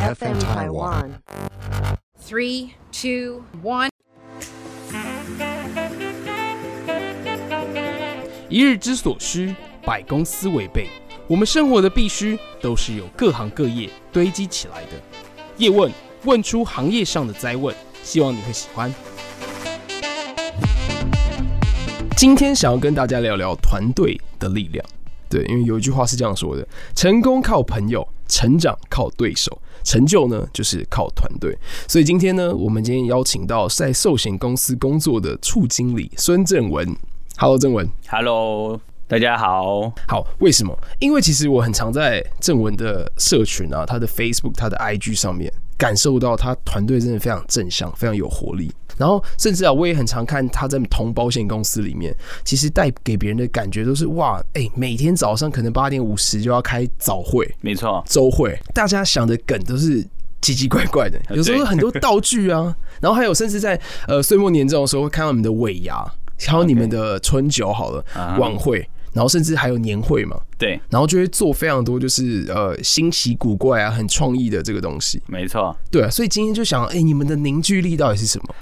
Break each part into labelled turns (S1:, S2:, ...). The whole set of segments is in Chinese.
S1: FM Taiwan.
S2: Three, two, one.
S3: 一日之所需，百公司为备。我们生活的必须，都是由各行各业堆积起来的。叶问问出行业上的灾问，希望你会喜欢。今天想要跟大家聊聊团队的力量。对，因为有一句话是这样说的：成功靠朋友，成长靠对手，成就呢就是靠团队。所以今天呢，我们今天邀请到在寿险公司工作的处经理孙正文。Hello，正文。
S4: Hello，大家好。
S3: 好，为什么？因为其实我很常在正文的社群啊，他的 Facebook、他的 IG 上面感受到他团队真的非常正向，非常有活力。然后甚至啊，我也很常看他在同保险公司里面，其实带给别人的感觉都是哇，哎、每天早上可能八点五十就要开早会，
S4: 没错，
S3: 周会，大家想的梗都是奇奇怪怪的，
S4: 啊对
S3: 有时候很多道具 啊，然后还有甚至在呃岁末年终的时候会看到你们的尾牙，还有你们的春酒好了
S4: 啊哈
S3: 晚会，然后甚至还有年会嘛，
S4: 对，
S3: 然后就会做非常多就是呃新奇古怪啊，很创意的这个东西，
S4: 没错。
S3: 对啊，所以今天就想，哎、你们的凝聚力到底是什么？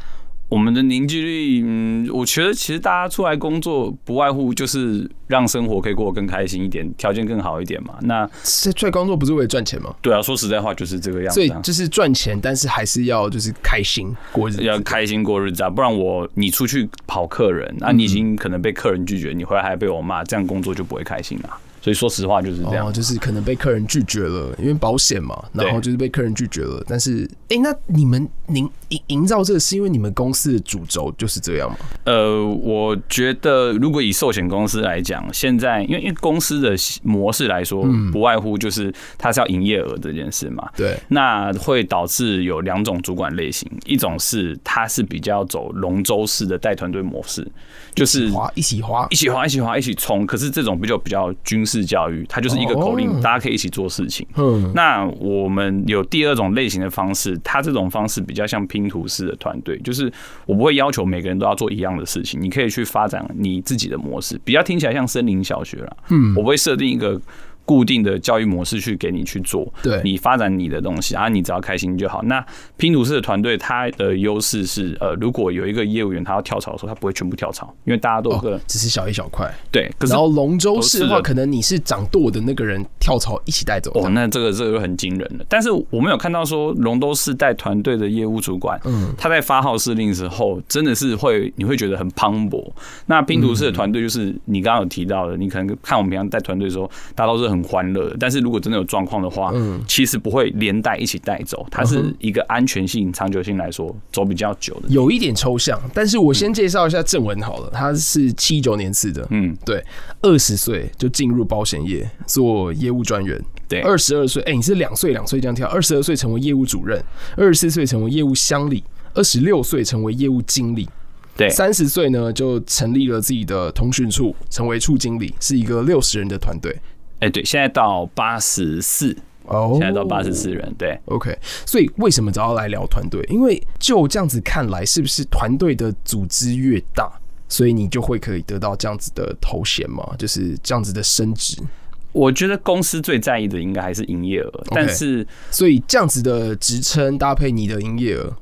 S4: 我们的凝聚力，嗯，我觉得其实大家出来工作，不外乎就是让生活可以过得更开心一点，条件更好一点嘛。那
S3: 是出来工作不是为了赚钱吗？
S4: 对啊，说实在话就是这个样
S3: 所以
S4: 子、啊。
S3: 就是赚钱，但是还是要就是开心过日子。
S4: 要开心过日子啊，不然我你出去跑客人，那、
S3: 嗯
S4: 你已经可能被客人拒绝，你回来还被我骂，这样工作就不会开心啊。所以说实话就是这样，
S3: 哦，就是可能被客人拒绝了，因为保险嘛，
S4: 对
S3: 然后就是被客人拒绝了。但是，哎、那你们您营营造这个是因为你们公司的主轴就是这样吗？
S4: 呃，我觉得如果以寿险公司来讲，现在因为因为公司的模式来说，不外乎就是它是要营业额这件事嘛。
S3: 对，
S4: 那会导致有两种主管类型，一种是它是比较走龙舟式的带团队模式，就是
S3: 花一起花
S4: 一，起划、一起划、一起冲。可是这种比较比较军事教育，它就是一个口
S3: 哦
S4: 令，大家可以一起做事情。
S3: 嗯，
S4: 那我们有第二种类型的方式，它这种方式比较像拼图式的团队，就是我不会要求每个人都要做一样的事情，你可以去发展你自己的模式，比较听起来像森林小学啦。嗯，我不会设定一个。固定的教育模式去给你去做，
S3: 对
S4: 你发展你的东西，然后你只要开心就好。那拼图式的团队，它的优势是，呃，如果有一个业务员他要跳槽的时候，他不会全部跳槽，因为大家都有个、
S3: 哦，只是小一小块。
S4: 对。可是
S3: 然后龙舟式的
S4: 都
S3: 话，
S4: 是的
S3: 可能你是掌舵的那个人跳槽一起带走。
S4: 哦，那这个这个就很惊人了。但是我们有看到说，龙都世代团队的业务主管，
S3: 嗯
S4: 他在发号施令时候，真的是会你会觉得很磅礴。那拼图式
S3: 嗯
S4: 的团队就是你刚刚有提到的，你可能看我们平常带团队的时候，大家都是很欢乐的，但是如果真的有状况的话，
S3: 嗯
S4: 其实不会连带一起带走，它是一个安全性、长久性来说走比较久的。
S3: 有一点抽象，但是我先介绍一下郑文好了，他是七九年次的，
S4: 嗯，
S3: 对，二十岁就进入保险业做业务专员，
S4: 对
S3: 二十二岁，哎、你是两岁两岁这样跳，二十二岁成为业务主任，二十四岁成为业务乡里，二十六岁成为业务经理，
S4: 对，
S3: 三十岁呢就成立了自己的通讯处，成为处经理，是一个六十人的团队。
S4: 哎，对，现在到八十四，
S3: 哦
S4: 现在到八十四人，对。
S3: OK，所以为什么找要来聊团队？因为就这样子看来，是不是团队的组织越大，所以你就会可以得到这样子的头衔嘛？就是这样子的升职。
S4: 我觉得公司最在意的应该还是营业额，但是
S3: 所以这样子的职称搭配你的营业额，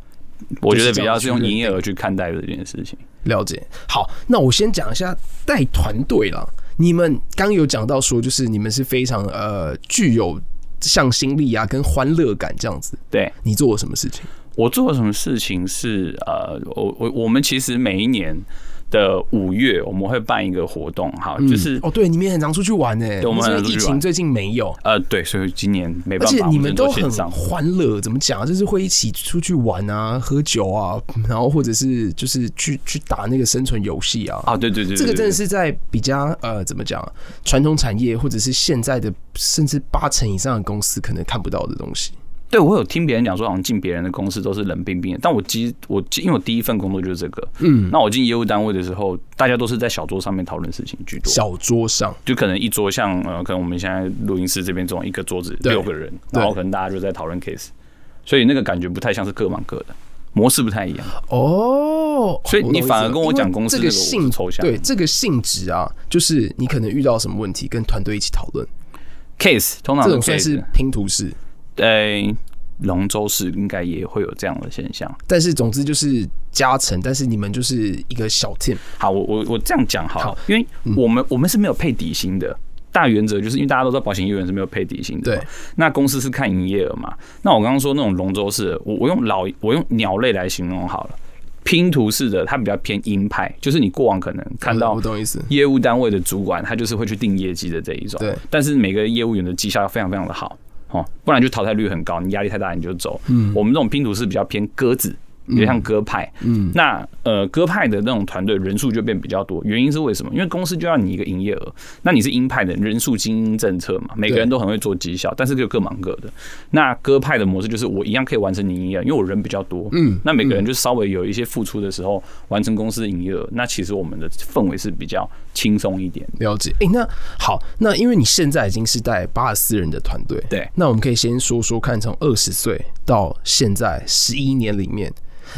S4: 我觉得比较是用营业额去看待这件事情。
S3: 了解。好，那我先讲一下带团队啦。你们刚有讲到说，就是你们是非常呃具有向心力啊，跟欢乐感这样子。
S4: 对
S3: 你做了什么事情？
S4: 我做了什么事情是呃，我我我们其实每一年的五月我们会办一个活动，哈，就是、
S3: 嗯哦，对，你们也很常出去玩欸呢、
S4: 对我们
S3: 因为
S4: 很常出
S3: 疫
S4: 去
S3: 情
S4: 玩
S3: 最近没有，
S4: 呃对，所以今年没
S3: 而
S4: 办
S3: 且
S4: 法，
S3: 你
S4: 我
S3: 们
S4: 只
S3: 都
S4: 能做
S3: 很
S4: 线上。
S3: 欢乐，怎么讲啊？就是会一起出去玩啊，喝酒啊，然后或者是就是去去打那个生存游戏啊。
S4: 啊，对对对对
S3: 这个真的
S4: 对
S3: 是在比较呃，怎么讲啊？传统产业或者是现在的甚至八成以上的公司可能看不到的东西。
S4: 对，我有听别人讲说，好像进别人的公司都是冷冰冰的。但我其实我因为我第一份工作就是这个，嗯，那我进业务单位的时候，大家都是在小桌上面讨论事情居多，
S3: 小桌上，
S4: 就可能一桌像呃，可能我们现在录音室这边这种一个桌子
S3: 对
S4: 六个人，
S3: 对
S4: 然后可能大家就在讨论 case，所以那个感觉不太像是各忙各的，模式不太一样。
S3: 哦，
S4: 所以你反而跟我讲
S3: 因为
S4: 公司
S3: 这
S4: 那个
S3: 个
S4: 我是
S3: 性
S4: 抽象
S3: 对这个性质啊，就是你可能遇到什么问题，跟团队一起讨论，
S4: case 通常
S3: 这
S4: 的
S3: 种算
S4: case，
S3: 是拼图式。
S4: 呃，龙州市应该也会有这样的现象。
S3: 但是总之就是加成，但是你们就是一个小 team，
S4: 好，我我我这样讲好了
S3: 好嗯
S4: 因为我们、我们是没有配底薪的。大原则就是因为大家都知道保险业务员是没有配底薪的嘛，
S3: 对
S4: 那公司是看营业额嘛。那我刚刚说那种龙舟式的，我我用老我用鸟类来形容好了。拼图式的，它比较偏鹰派，就是你过往可能看
S3: 我
S4: 到
S3: 呃我懂意思。
S4: 业务单位的主管，他就是会去定业绩的这一种。
S3: 对，
S4: 但是每个业务员的绩效要非常非常的好，哦，不然就淘汰率很高，你压力太大你就走。嗯，我们这种拼图是比较偏鸽子。比较像鸽派，嗯，那呃，鸽派的那种团队人数就变比较多，原因是为什么？因为公司就要你一个营业额，那你是鹰派的人数精英政策嘛，每个人
S3: 对
S4: 都很会做绩效，但是就各忙各的。那鸽派的模式就是我一样可以完成你营业额，因为我人比较多，嗯，那每个人就稍微有一些付出的时候，完成公司的营业额，那其实我们的氛围是比较轻松一点的。
S3: 了解，诶，那好，那因为你现在已经是带八十四人的团队，
S4: 对
S3: 那我们可以先说说看，从二十岁到现在十一年里面，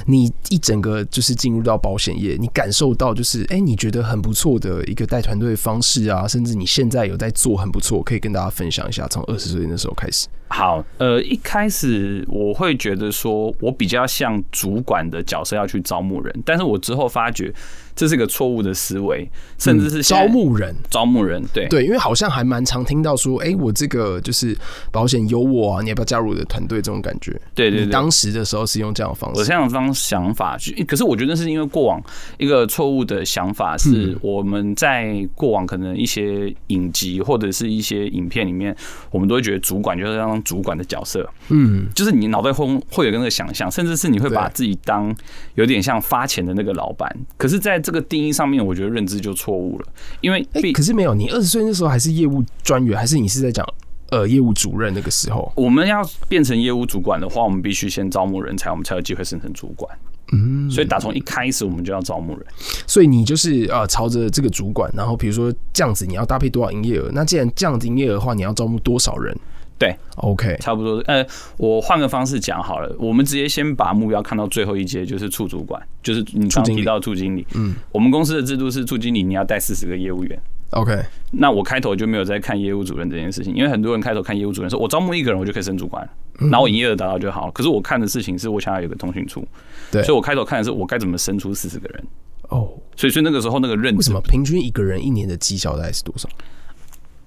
S3: 你一整个就是进入到保险业，你感受到就是，诶，你觉得很不错的一个带团队的方式啊，甚至你现在有在做很不错，可以跟大家分享一下，从二十岁那时候开始，
S4: 好，呃，一开始我会觉得说，我比较像主管的角色要去招募人，但是我之后发觉这是一个错误的思维，甚至是现在
S3: 嗯招募人。
S4: 招募人，对
S3: 对，因为好像还蛮常听到说，诶，我这个就是保险有我啊，你要不要加入我的团队？这种感觉。
S4: 对对
S3: 你
S4: 对
S3: 当时的时候是用这样的方
S4: 我
S3: 式。
S4: 这样方想法去，可是我觉得是因为过往一个错误的想法是，
S3: 嗯
S4: 我们在过往可能一些影集或者是一些影片里面，我们都会觉得主管就是要当主管的角色，
S3: 嗯，
S4: 就是你脑袋会会有那个想象，甚至是你会把
S3: 对
S4: 自己当有点像发钱的那个老板。可是，在这个定义上面，我觉得认知就错误了，因为
S3: 哎、
S4: 毕
S3: 可是没有，你二十岁那时候还是业务专员，还是你是在讲呃业务主任那个时候？
S4: 我们要变成业务主管的话，我们必须先招募人才，我们才有机会升成主管。嗯，所以打从一开始我们就要招募人。
S3: 所以你就是呃朝着这个主管，然后比如说这样子，你要搭配多少营业额？那既然这样子营业额的话，你要招募多少人
S4: 对，
S3: ？OK，
S4: 差不多。呃，我换个方式讲好了，我们直接先把目标看到最后一阶，就是处主管，就是你
S3: 处经
S4: 刚刚
S3: 理
S4: 提到处经理。嗯，我们公司的制度是处经理你要带四十个业务员。
S3: OK，
S4: 那我开头就没有在看业务主任这件事情，因为很多人开头看业务主任说，我招募一个人我就可以升主管了，
S3: 嗯
S4: 然后我营业额达到就好了。可是我看的事情是我想要有个通讯处，
S3: 对
S4: 所以我开头看的是我该怎么升出四十个人。
S3: 哦，
S4: 所以，所以那个时候那个认
S3: 为什
S4: 知
S3: 么平均一个人一年的绩效大概是多少？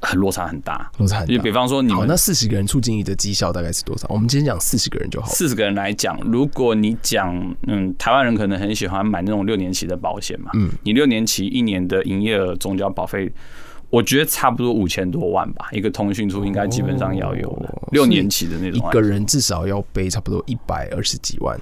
S4: 很落差很大。
S3: 落差很
S4: 就
S3: 大。
S4: 比方说你
S3: 好，
S4: 们
S3: 那四十个人处经理的绩效大概是多少？我们今天讲四十个人就好了。
S4: 四十个人来讲，如果你讲，嗯，台湾人可能很喜欢买那种六年期的保险嘛，嗯，你六年期一年的营业额总交保费，我觉得差不多五千多万吧，一个通讯处应该基本上要有的
S3: 哦
S4: 六年期的那
S3: 一
S4: 种案啊
S3: 个
S4: 件，
S3: 人至少要背差不多一百二十几万。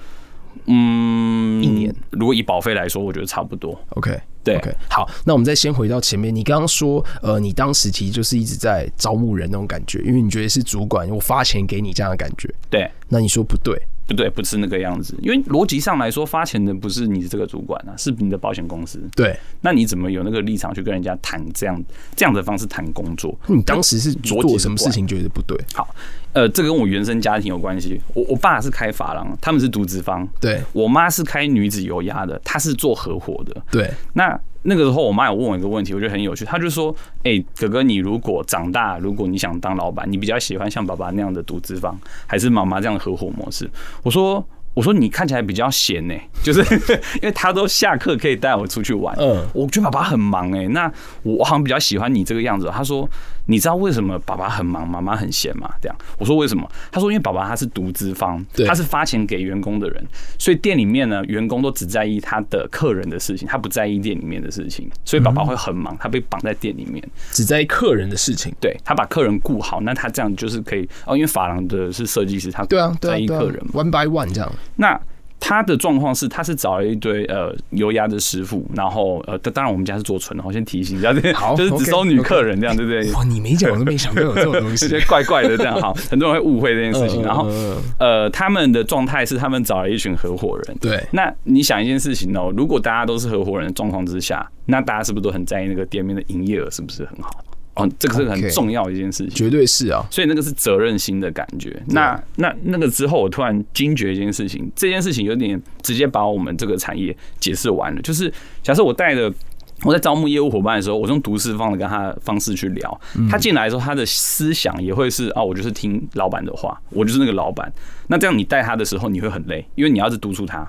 S4: 嗯，
S3: 一年，
S4: 如果以保费来说，我觉得差不多，
S3: OK，
S4: 对
S3: OK，好，那我们再先回到前面，你刚刚说，呃，你当时其实就是一直在招募人那种感觉，因为你觉得是主管，我发钱给你这样的感觉。
S4: 对，
S3: 那你说不对，
S4: 不对，不是那个样子，因为逻辑上来说，发钱的不是你这个主管啊，是你的保险公司，
S3: 对，
S4: 那你怎么有那个立场去跟人家谈这样这样的方式谈工作？
S3: 那你当时是
S4: 逻辑
S3: 做
S4: 是
S3: 什么
S4: 怪
S3: 事情觉得不对？
S4: 好，呃，这跟我原生家庭有关系。我我爸是开发廊，他们是独资方；
S3: 对
S4: 我妈是开女子油压的，她是做合伙的。
S3: 对，
S4: 那那个时候，我妈有问我一个问题，我觉得很有趣。她就说：“哎、哥哥，你如果长大，如果你想当老板，你比较喜欢像爸爸那样的独资方，还是妈妈这样的合伙模式？”我说。我说你看起来比较闲呢、就是 因为他都下课可以带我出去玩。
S3: 嗯
S4: 我觉得爸爸很忙哎、那我好像比较喜欢你这个样子哦。他说，你知道为什么爸爸很忙，妈妈很闲吗？这样，我说为什么？他说因为爸爸他是独资方
S3: 对，
S4: 他是发钱给员工的人，所以店里面呢，员工都只在意他的客人的事情，他不在意店里面的事情，所以爸爸会很忙，他被绑在店里面。
S3: 只在意客人的事情。
S4: 对他把客人顾好，那他这样就是可以哦，因为法郎的是设计师，他
S3: 对啊，对
S4: 在
S3: 啊，
S4: 意
S3: 对啊
S4: 客人嘛。
S3: ，one by one 这样。
S4: 那他的状况是，他是找了一堆呃油压的师傅，然后呃，当当然我们家是做纯的，我先提醒一下，
S3: 好
S4: 就是只收
S3: OK，
S4: 女客人这样，对不对？
S3: 哇，你没讲我都没想过有这种东
S4: 这
S3: 西。
S4: 些怪怪的这 样，好，很多人会误会这件事
S3: 嗯
S4: 情。
S3: 嗯
S4: 然后
S3: 嗯嗯，
S4: 呃，他们的状态是他们找了一群合伙人。
S3: 对
S4: 那你想一件事情哦，如果大家都是合伙人的状况之下，那大家是不是都很在意那个店面的营业额是不是很好？哦，这个是很
S3: OK
S4: 重要的一件事情。
S3: 绝对是啊，
S4: 所以那个是责任心的感觉。那那那个之后，我突然惊觉一件事情，这件事情有点直接把我们这个产业解释完了。就是假设我带着我在招募业务伙伴的时候，我是用读释放的跟他的方式去聊。他进来的时候，他的思想也会是啊，我就是听老板的话，我就是那个老板。那这样你带他的时候，你会很累，因为你要是督促他。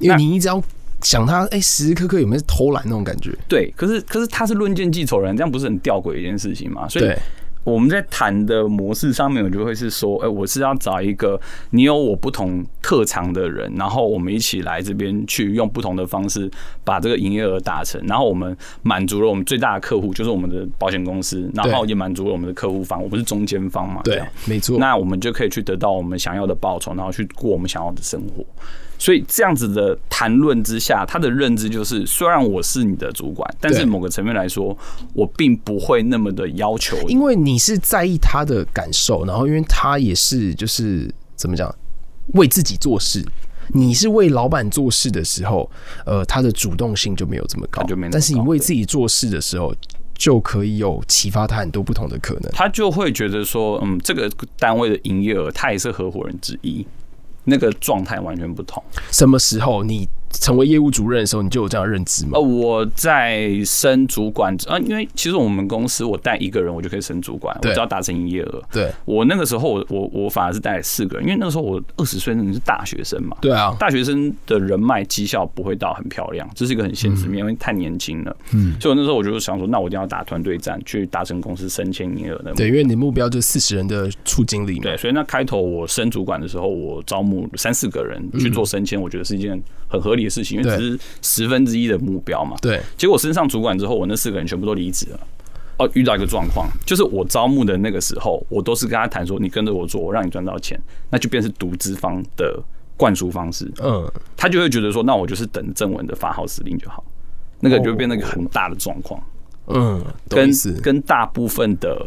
S3: 因为你一直要想他，哎、时时刻刻有没有偷懒那种感觉？
S4: 对，可是可是他是论剑记仇人，这样不是很吊诡一件事情吗？所以
S3: 对
S4: 我们在谈的模式上面，我就会是说，哎、我是要找一个你有我不同特长的人，然后我们一起来这边去用不同的方式把这个营业额达成，然后我们满足了我们最大的客户，就是我们的保险公司，然后也满足了我们的客户方，我们是中间方嘛，这
S3: 对
S4: 样，
S3: 没错。
S4: 那我们就可以去得到我们想要的报酬，然后去过我们想要的生活。所以这样子的谈论之下，他的认知就是，虽然我是你的主管，但是
S3: 对
S4: 某个层面来说，我并不会那么的要求你。
S3: 因为你是在意他的感受，然后因为他也是就是怎么讲，为自己做事。你是为老板做事的时候，呃，他的主动性就没有这么高，
S4: 他就没那么
S3: 但是你
S4: 高
S3: 为
S4: 对
S3: 自己做事的时候，就可以有启发他很多不同的可能。
S4: 他就会觉得说，嗯，这个单位的营业额，他也是合伙人之一，那个状态完全不同。
S3: 什么时候你成为业务主任的时候，你就有这样的认知吗
S4: 呃，？我在升主管啊，因为其实我们公司我带一个人，我就可以升主管，我
S3: 对
S4: 只要达成营业额。
S3: 对啊
S4: 我那个时候我，我我反而是带了四个人，因为那个时候我二十岁，那你是大学生嘛，
S3: 对啊，
S4: 大学生的人脉绩效不会到很漂亮，这是一个很现实面，因为太年轻了。嗯，所以我那时候我就想说，那我一定要打团队战，去达成公司升迁营业额的目标
S3: 对，因为你的目标就是四十人的处经理嘛。
S4: 对，所以那开头我升主管的时候，我招募三四个人去做升迁，我觉得是一件很合理的事情，因为
S3: 对
S4: 只是十分之一的目标嘛。
S3: 对
S4: 结果升上主管之后，我那四个人全部都离职了。哦，遇到一个状况，就是我招募的那个时候，我都是跟他谈说，你跟着我做，我让你赚到钱，那就变成是独资方的灌输方式。
S3: 嗯，
S4: 他就会觉得说，那我就是等正文的发号施令就好，那个就变成一个很大的状况。
S3: 嗯，懂
S4: 跟
S3: 意思。
S4: 跟大部分的，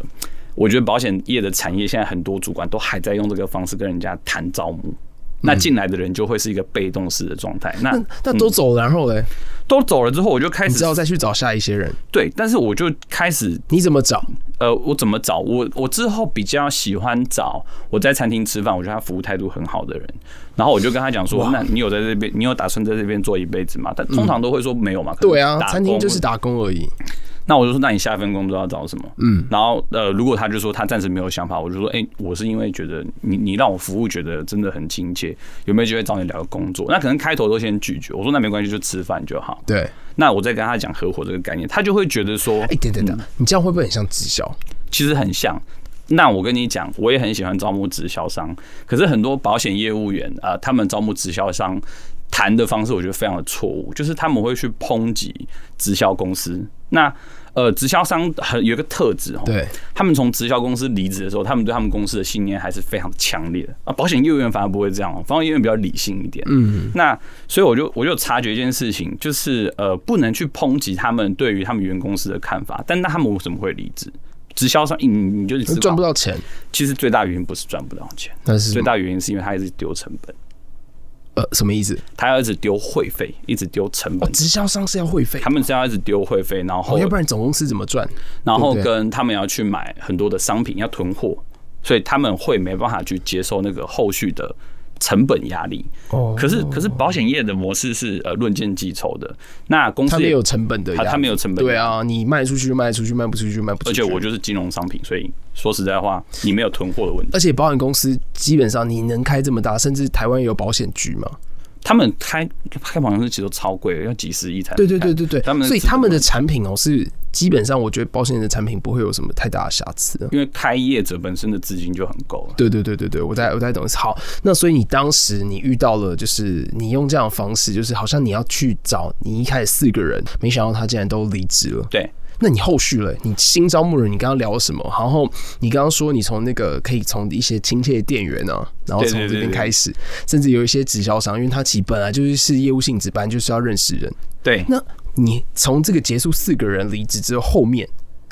S4: 我觉得保险业的产业现在很多主管都还在用这个方式跟人家谈招募。
S3: 嗯
S4: 那进来的人就会是一个被动式的状态，那
S3: 那那
S4: 嗯
S3: 都走了，然后嘞，
S4: 都走了之后，我就
S3: 嗯
S4: 开
S3: 你知
S4: 始
S3: 道再去找下一些人，
S4: 对，但是我就开始
S3: 你怎么找？
S4: 呃，我怎么找？我我之后比较喜欢找我在餐厅吃饭，我觉得他服务态度很好的人，然后我就跟他讲说，那你有在这边，你有打算在这边做一辈子吗？但通常都会说没有嘛，可
S3: 嗯
S4: 能
S3: 对啊
S4: 打，
S3: 餐厅
S4: 工
S3: 就是打工而已。
S4: 那我就说，那你下一份工作要找什么？嗯，然后呃，如果他就说他暂时没有想法，我就说，哎、我是因为觉得你你让我服务觉得真的很亲切，有没有机会找你聊工作？那可能开头都先拒绝，我说那没关系，就吃饭就好。
S3: 对，
S4: 那我再跟他讲合伙这个概念，他就会觉得说，
S3: 哎，等等等，你这样会不会很像直销？
S4: 其实很像。那我跟你讲，我也很喜欢招募直销商，可是很多保险业务员啊、呃他们招募直销商谈的方式，我觉得非常的错误，就是他们会去抨击直销公司。那呃，直销商很有一个特质哦，
S3: 对，
S4: 他们从直销公司离职的时候，他们对他们公司的信念还是非常强烈的啊。保险业务员反而不会这样哦，保险业务员比较理性一点。嗯，那所以我就我就察觉一件事情，就是呃，不能去抨击他们对于他们原公司的看法，但那他们为什么会离职？直销商，你你你就是知道
S3: 赚不。到钱，
S4: 其实最大原因不是赚不到钱，
S3: 那是什
S4: 最
S3: 么
S4: 大原因是因为他一直丢成本，
S3: 呃什么意思？
S4: 他要一直丢会费，一直丢成
S3: 哦
S4: 本，，
S3: 直销商是要会费
S4: 他，们是要一直丢会费，然后
S3: 哦，要不然总公司怎么赚？
S4: 然后
S3: 对不对
S4: 跟他们要去买很多的商品，要囤货，所以他们会没办法去接受那个后续的成本压力。
S3: 哦
S4: 可是可是保险业的模式是呃论件计酬的，那公
S3: 他
S4: 司
S3: 没
S4: 也
S3: 有成本的压
S4: 他
S3: 力，
S4: 他没有成本
S3: 对啊，你卖出去就卖出去，卖不出去就卖不出
S4: 而
S3: 去。
S4: 且我就是金融商品，所以说实在话，你没有囤货的问题。
S3: 而且保险公司基本上你能开这么大，甚至台湾有保险局嘛？
S4: 他们开开保险公司其实都超贵，要几十亿才能
S3: 对对
S4: 开
S3: 对对对，
S4: 他们
S3: 所以
S4: 自己
S3: 他们
S4: 不
S3: 的产品哦、是基本上我觉得保险人的产品不会有什么太大的瑕疵的。
S4: 因为开业者本身的资金就很够了。
S3: 对对对对对，我在我在懂意思。好，那所以你当时你遇到了，就是你用这样的方式，就是好像你要去找你一开始四个人，没想到他竟然都离职了。
S4: 对，
S3: 那你后续嘞？你新招募人，你刚刚聊什么？然后你刚刚说你从那个可以从一些亲切的店员啊，然后
S4: 对对
S3: 从这
S4: 对
S3: 边
S4: 对
S3: 开始，甚至有一些直销商，因为他其实本来就是是业务性质，本来就是要认识人。
S4: 对，
S3: 那你从这个结束四个人离职之后，后面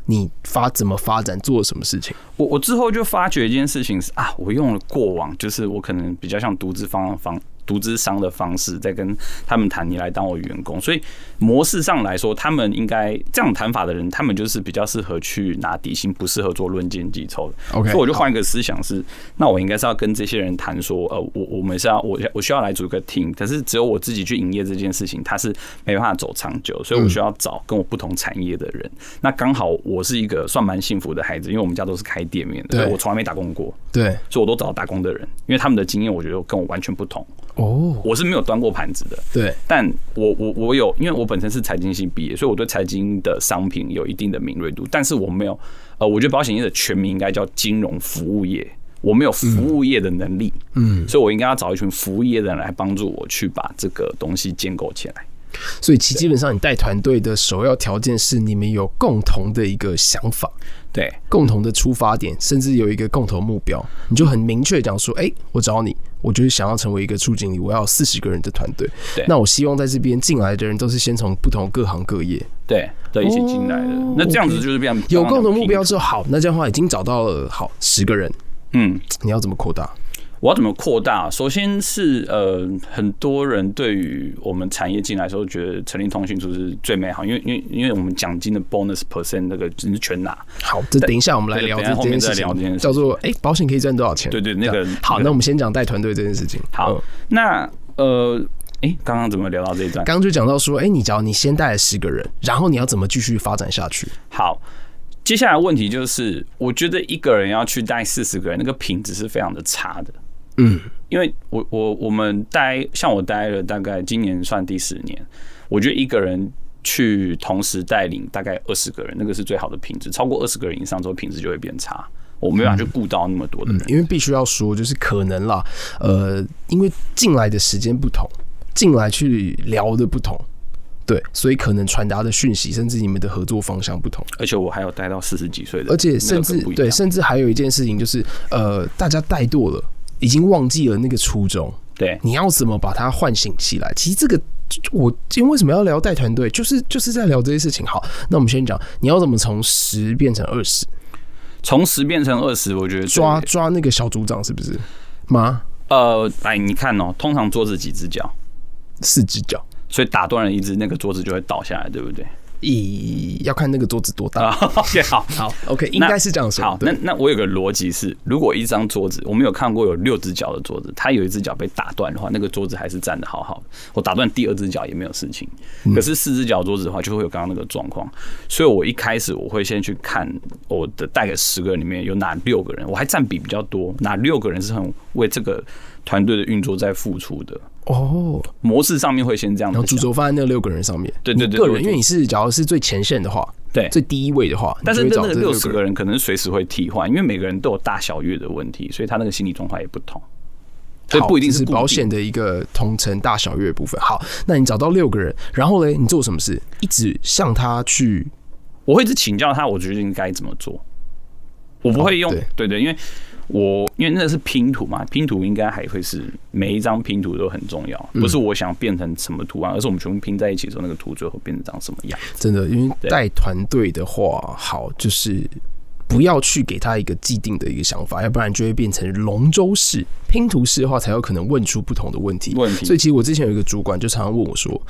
S3: 你发怎么发展，做了什么事情？
S4: 我我之后就发觉一件事情是啊，我用了过往，就是我可能比较像独资方方独资商的方式在跟他们谈，你来当我员工。所以模式上来说，他们应该这样谈法的人，他们就是比较适合去拿底薪，不适合做论件计酬的。
S3: OK，
S4: 所以我就换一个思想是，那我应该是要跟这些人谈说，呃，我我们是要我我需要来组一个 team，但是只有我自己去营业这件事情，它是没办法走长久，所以我需要找跟我不同产业的人。那刚好我是一个算蛮幸福的孩子，因为我们家都是开店面的，
S3: 对
S4: 所以我从来没打工过，
S3: 对
S4: 所以我都找打工的人，因为他们的经验我觉得跟我完全不同。
S3: 哦，
S4: 我是没有端过盘子的，
S3: 对
S4: 但我我我有，因为我本身是财经系毕业，所以我对财经的商品有一定的敏锐度，但是我没有，呃，我觉得保险业的全名应该叫金融服务业，我没有服务业的能力，嗯，所以我应该要找一群服务业的人来帮助我去把这个东西建构起来。
S3: 所以其基本上你带团队的首要条件是你们有共同的一个想法。
S4: 对，
S3: 共同的出发点，甚至有一个共同目标，你就很明确地讲说，哎、我找你，我就是想要成为一个处经理，我要四十个人的团队
S4: 对。
S3: 那我希望在这边进来的人都是先从不同各行各业
S4: 对，对，一起进来的。
S3: 哦
S4: 那这样子就是变成
S3: 有共同目标，之后，好，那这样的话已经找到了好十个人，
S4: 嗯。
S3: 你要怎么扩大？
S4: 我要怎么扩大？首先是呃，很多人对于我们产业进来的时候，觉得成立通讯组是最美好，因为因为因为我们奖金的 bonus percent 那个你是全拿，
S3: 好，这等一下我们来
S4: 对
S3: 聊
S4: 等一下
S3: 这
S4: 后
S3: 件
S4: 面
S3: 事
S4: 再聊这件
S3: 情，
S4: 事
S3: 叫做哎、保险可以赚多少钱？
S4: 对对那个
S3: 这样好，
S4: 那个
S3: 那我们先讲带团队这件事情。
S4: 好，
S3: 嗯
S4: 那呃，诶，刚刚怎么聊到这一段？
S3: 刚刚就讲到说，哎、你只要你先带了十个人，然后你要怎么继续发展下去？
S4: 好，接下来问题就是，我觉得一个人要去带四十个人，那个品质是非常的差的。
S3: 嗯，
S4: 因为我我我们待像我待了大概今年算第十年，我觉得一个人去同时带领大概二十个人，那个是最好的品质。超过二十个人以上之后，品质就会变差。我没办法去顾到那么多的人。
S3: 因为必须要说，就是可能啦，呃，因为进来的时间不同，进来去聊的不同，对，所以可能传达的讯息，甚至你们的合作方向不同，
S4: 而且我还有待到四十几岁的，
S3: 而且甚
S4: 那
S3: 至
S4: 个不一样
S3: 对，甚至还有一件事情就是，呃，大家怠惰了，已经忘记了那个初衷，
S4: 对
S3: 你要怎么把它唤醒起来？其实这个。我今天为什么要聊带团队？就是就是在聊这些事情。好，那我们先讲，你要怎么从十变成二十，
S4: 从十变成二十，我觉得
S3: 抓抓那个小组长是不是？妈，
S4: 呃，来你看哦，通常桌子几只脚，
S3: 四只脚。
S4: 所以打断了一只，那个桌子就会倒下来，对不对？
S3: 以要看那个桌子多 大。
S4: 啊，OK，好。
S3: 好，OK，应该是这样说。
S4: 好，那
S3: 对
S4: 那我有个逻辑是，如果一张桌子，我们有看过有六只脚的桌子，它有一只脚被打断的话，那个桌子还是站得好好的。我打断第二只脚也没有事情，
S3: 嗯
S4: 可是四只脚桌子的话，就会有刚刚那个状况。所以我一开始我会先去看我的带给十个人里面有哪六个人，我还占比比较多，哪六个人是很为这个团队的运作在付出的。
S3: 哦，
S4: 模式上面会先这样
S3: 然
S4: 子
S3: 后主
S4: 想，
S3: 轴放在那六个人上面。
S4: 对对对
S3: 你个
S4: 对
S3: 人，
S4: 对
S3: 因为你是假如是最前线的话，
S4: 对，
S3: 最第一位的话，
S4: 但是
S3: 你就
S4: 那
S3: 会找
S4: 那
S3: 这
S4: 个六
S3: 六
S4: 十
S3: 人。
S4: 个人可能随时会替换，因为每个人都有大小月的问题，所以他那个心理状态也不同，所以
S3: 好
S4: 不一定
S3: 这是
S4: 固定
S3: 保险。的一个同城大小月部分。好，那你找到六个人，然后嘞，你做什么事？一直向他去
S4: 我会一直请教他，我决定该怎么做，我不会用、
S3: 哦对
S4: 对对，因为我因为那是拼图嘛，拼图应该还会是每一张拼图都很重要，
S3: 嗯
S4: 不是我想变成什么图案，而是我们全部拼在一起的时候，那个图最后变成长什么样。
S3: 真的，因为
S4: 对
S3: 带团队的话，好就是不要去给他一个既定的一个想法，要不然就会变成龙舟式、拼图式的话，才有可能问出不同的问题。
S4: 问题
S3: 所以其实我之前有一个主管就常常问我说：“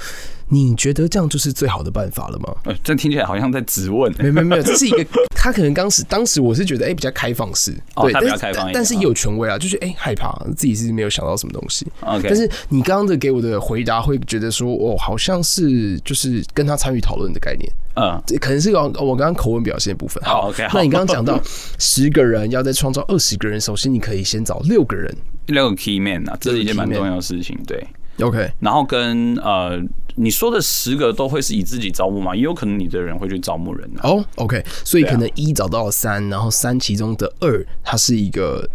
S3: 你觉得这样就是最好的办法了吗
S4: 呃，这听起来好像在质问、
S3: 没？”没有没有，这是一个 他可能当时当时我是觉得哎、比较开放式，
S4: 哦
S3: 对，
S4: 他
S3: 但
S4: 比较
S3: 是
S4: 开放一点
S3: 但是
S4: 啊
S3: 也有权威啊，就是哎、害怕自己是没有想到什么东西。
S4: 哦 OK，
S3: 但是你刚刚的给我的回答会觉得说哦，好像是就是跟他参与讨论的概念。
S4: 嗯，
S3: 这可能是我我刚刚口吻表现的部分。
S4: 好 OK，好
S3: 那你刚刚讲到十个人要再创造二十个人，首先你可以先找六个人
S4: 六个 key man 啊，这是一件蛮
S3: key man
S4: 重要的事情，对。
S3: ，OK，
S4: 然后跟呃你说的十个都会是以自己招募嘛，也有可能你的人会去招募人啊。
S3: 哦、o k 所以
S4: 对啊
S3: 可能一找到了三，然后三其中的二它是一个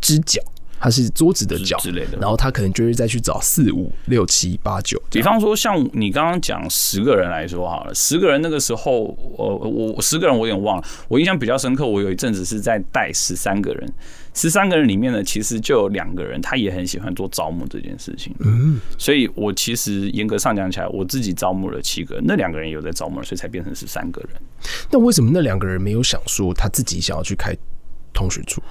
S3: 支脚，它是桌子的脚
S4: 之之类的
S3: 然后他可能就会再去找四五六七八九这
S4: 比
S3: 样。
S4: 方说，像你刚刚讲十个人来说好了，十个人那个时候，呃，我我十个人我有点忘了，我印象比较深刻，我有一阵子是在带十三个人，十三个人里面呢，其实就有两个人他也很喜欢做招募这件事情，嗯，所以我其实严格上讲起来，我自己招募了七个，那两个人也有在招募，所以才变成十三个人。
S3: 那为什么那两个人没有想说他自己想要去开同学处？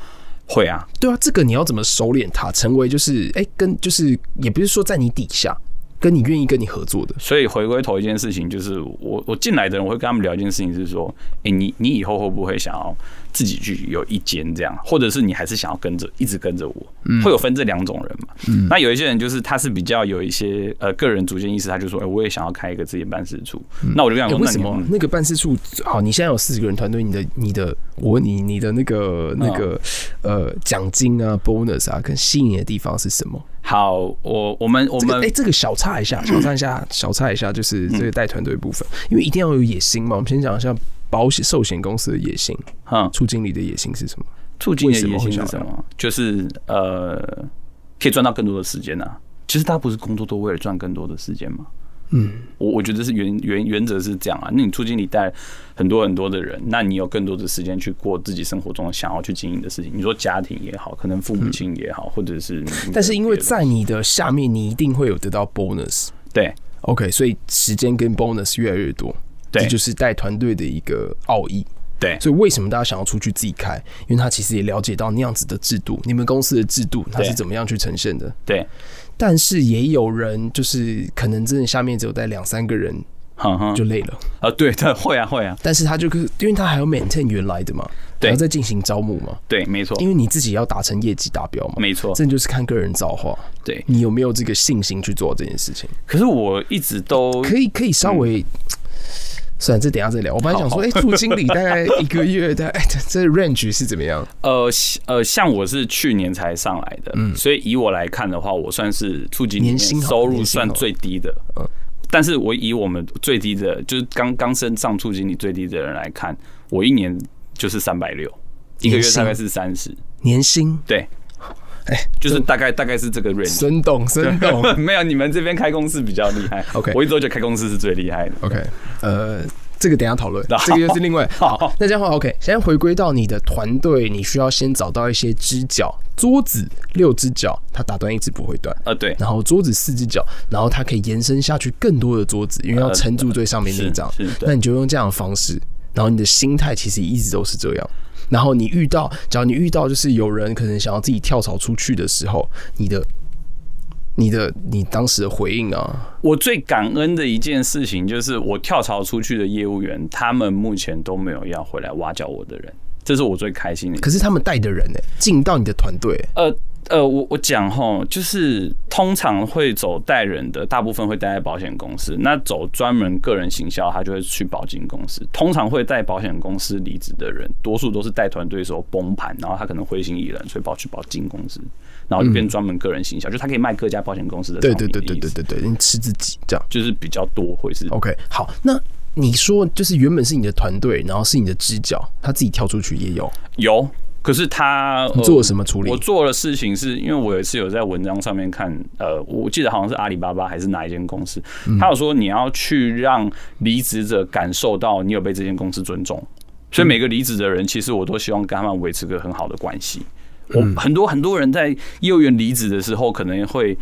S4: 会啊，
S3: 对啊，这个你要怎么收敛它，成为就是哎、跟就是也不是说在你底下，跟你愿意跟你合作的，
S4: 所以回归头一件事情，就是我我进来的人，我会跟他们聊一件事情，是说，哎、你你以后会不会想要自己去有一间这样，或者是你还是想要跟着一直跟着我，会有分这两种人嘛？那有一些人就是他是比较有一些呃个人主见意识，他就说，哎、我也想要开一个自己的办事处。那我就跟他
S3: 哎、
S4: 说，
S3: 为
S4: 那
S3: 什
S4: 你
S3: 么
S4: 嗯
S3: 那个办事处？好，你现在有四十个人团队，你的你的，我问你，你的那
S4: 啊
S3: 个那个、呃奖金啊、bonus 啊，跟吸引你的地方是什么？
S4: 好，我我们我
S3: 这个
S4: 们、嗯
S3: 哎、这个小插一 下，小插一下，小插一下，就是这个带团队部分，因为一定要有野心嘛。我们先讲一下保险寿险公司的野心，
S4: 嗯，
S3: 处经理的野心是什么？
S4: 促进你的
S3: 为什
S4: 野
S3: 么会
S4: 心
S3: 想
S4: 是
S3: 要
S4: 什么？就是呃，可以赚到更多的时间啊。其实大家不是工作都为了赚更多的时间吗？
S3: 嗯，
S4: 我我觉得是原原原则是这样啊。那你促进你带很多很多的人，那你有更多的时间去过自己生活中想要去经营的事情。你说家庭也好，可能父母亲也好，或者是你的
S3: 嗯但是因为
S4: 别的
S3: 在你的下面，你一定会有得到 bonus。
S4: 对
S3: OK，所以时间跟 bonus 越来越多，
S4: 对
S3: 这就是带团队的一个奥义。
S4: 对
S3: 所以为什么大家想要出去自己开？因为他其实也了解到那样子的制度，你们公司的制度它是
S4: 对
S3: 怎么样去呈现的。
S4: 对，
S3: 但是也有人就是可能真的下面只有带两三个人
S4: 哼哼，
S3: 就累了，
S4: 啊对对会啊会啊，
S3: 但是他就可因为他还要 maintain 原来的嘛，还
S4: 对
S3: 要再进行招募嘛，
S4: 对没错
S3: 因为你自己要达成业绩达标嘛，
S4: 没错
S3: 这就是看个人造化，
S4: 对。
S3: 你有没有这个信心去做这件事情。
S4: 可是我嗯一直都
S3: 可以可以稍微。算了，这等一下再聊。我本来想说，哎、副经理大概一个月，大概、哎这这 range 是怎么样？
S4: 呃呃，像我是去年才上来的，所以以我来看的话，我算是初级里面
S3: 嗯年薪好
S4: 收入
S3: 年薪好嗯
S4: 算最低的。但是我以我们最低的，就是刚刚升上初经理最低的人来看，我一年就是三百六，一
S3: 年
S4: 个月
S3: 薪
S4: 大概是三十，
S3: 年薪？
S4: 对，
S3: 哎
S4: 就是大概大概是这个 range。
S3: 生 动生动。
S4: 没有，你们这边开公司比较厉害。
S3: 哦 OK
S4: 我一直都觉得开公司是最厉害的。
S3: OK，呃，这个等一下讨论
S4: 好，
S3: 这个又是另外。
S4: 好
S3: 好，那这样的话，OK，现在回归到你的团队，你需要先找到一些支脚，桌子六只脚，它打断一只不会断。
S4: 呃，对，
S3: 然后桌子四只脚，然后它可以延伸下去更多的桌子，因为要
S4: 呃
S3: 撑住最上面那一张。
S4: 是是对
S3: 那你就用这样的方式，然后你的心态其实一直都是这样。然后你遇到，只要你遇到就是有人可能想要自己跳槽出去的时候，你的、你的、你当时的回应啊，
S4: 我最感恩的一件事情就是，我跳槽出去的业务员，他们目前都没有要回来挖角我的人，这是我最开心的。
S3: 可是他们带的人呢、欸进到你的团队、
S4: 呃呃，我我讲吼，就是通常会走带人的，大部分会待在保险公司；那走专门个人行销，他就会去保金公司。通常会带保险公司离职的人，多数都是带团队的时候崩盘，然后他可能灰心意冷，所以跑去保金公司，然后就变专门个人行销，就他可以卖各家保险公司的
S3: 对
S4: 产
S3: 对
S4: 品
S3: 对
S4: 的
S3: 对
S4: 意
S3: 对
S4: 思
S3: 对对，你吃自己这样。
S4: 就是比较多会是
S3: OK，好，那你说就是原本是你的团队，然后是你的支脚，他自己跳出去也有，
S4: 有，可是他、
S3: 你
S4: 呃
S3: 做了什么处理
S4: 我？做的事情是因为我有一次有在文章上面看，呃，我记得好像是阿里巴巴还是哪一间公司，
S3: 嗯
S4: 他有说你要去让离职者感受到你有被这间公司尊重，
S3: 嗯
S4: 所以每个离职的人，其实我都希望跟他们维持个很好的关系。我
S3: 嗯
S4: 很多很多人在幼儿园离职的时候，可能会。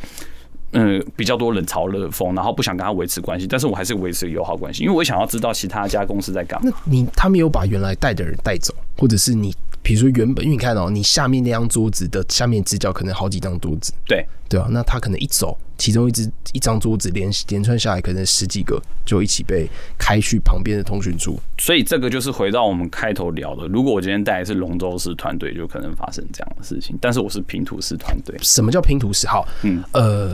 S4: 嗯，比较多冷嘲热讽，然后不想跟他维持关系，但是我还是维持友好关系，因为我想要知道其他家公司在干嘛。
S3: 那你他没有把原来带的人带走，或者是你，比如说原本，因为你看哦、你下面那张桌子的下面支脚可能好几张桌子，
S4: 对，
S3: 对啊，那他可能一走，其中一只一张桌子连连串下来，可能十几个就一起被开去旁边的通讯处。
S4: 所以这个就是回到我们开头聊的，如果我今天带的是龙舟式团队，就可能发生这样的事情。但是我是平图式团队，
S3: 什么叫拼图十号？
S4: 嗯，
S3: 呃，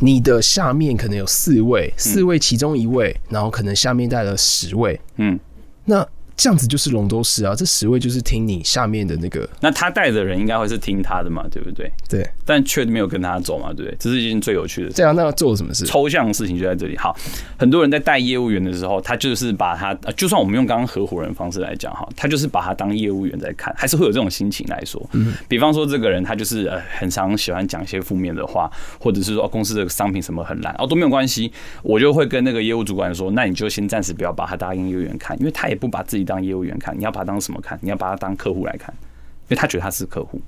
S3: 你的下面可能有四
S4: 嗯
S3: 位，四位其中一位，然后可能下面带了十位，
S4: 嗯，
S3: 那这样子就是龙舟师啊，这十位就是听你下面的那个，
S4: 那他带的人应该会是听他的嘛，对不对？
S3: 对，
S4: 但却没有跟他走嘛，对不对？这是一件最有趣的事。
S3: 这啊样那做了什么事？
S4: 抽象的事情就在这里。好，很多人在带业务员的时候，他就是把他，呃就算我们用刚刚合伙人方式来讲哈，他就是把他当业务员在看，还是会有这种心情来说。比方说这个人他就是呃很常喜欢讲一些负面的话，或者是说、哦公司的商品什么很烂哦都没有关系，我就会跟那个业务主管说，那你就先暂时不要把他当业务员看，因为他也不把自己当业务员看，你要把他当什么看？你要把他当客户来看，因为他觉得他是客户。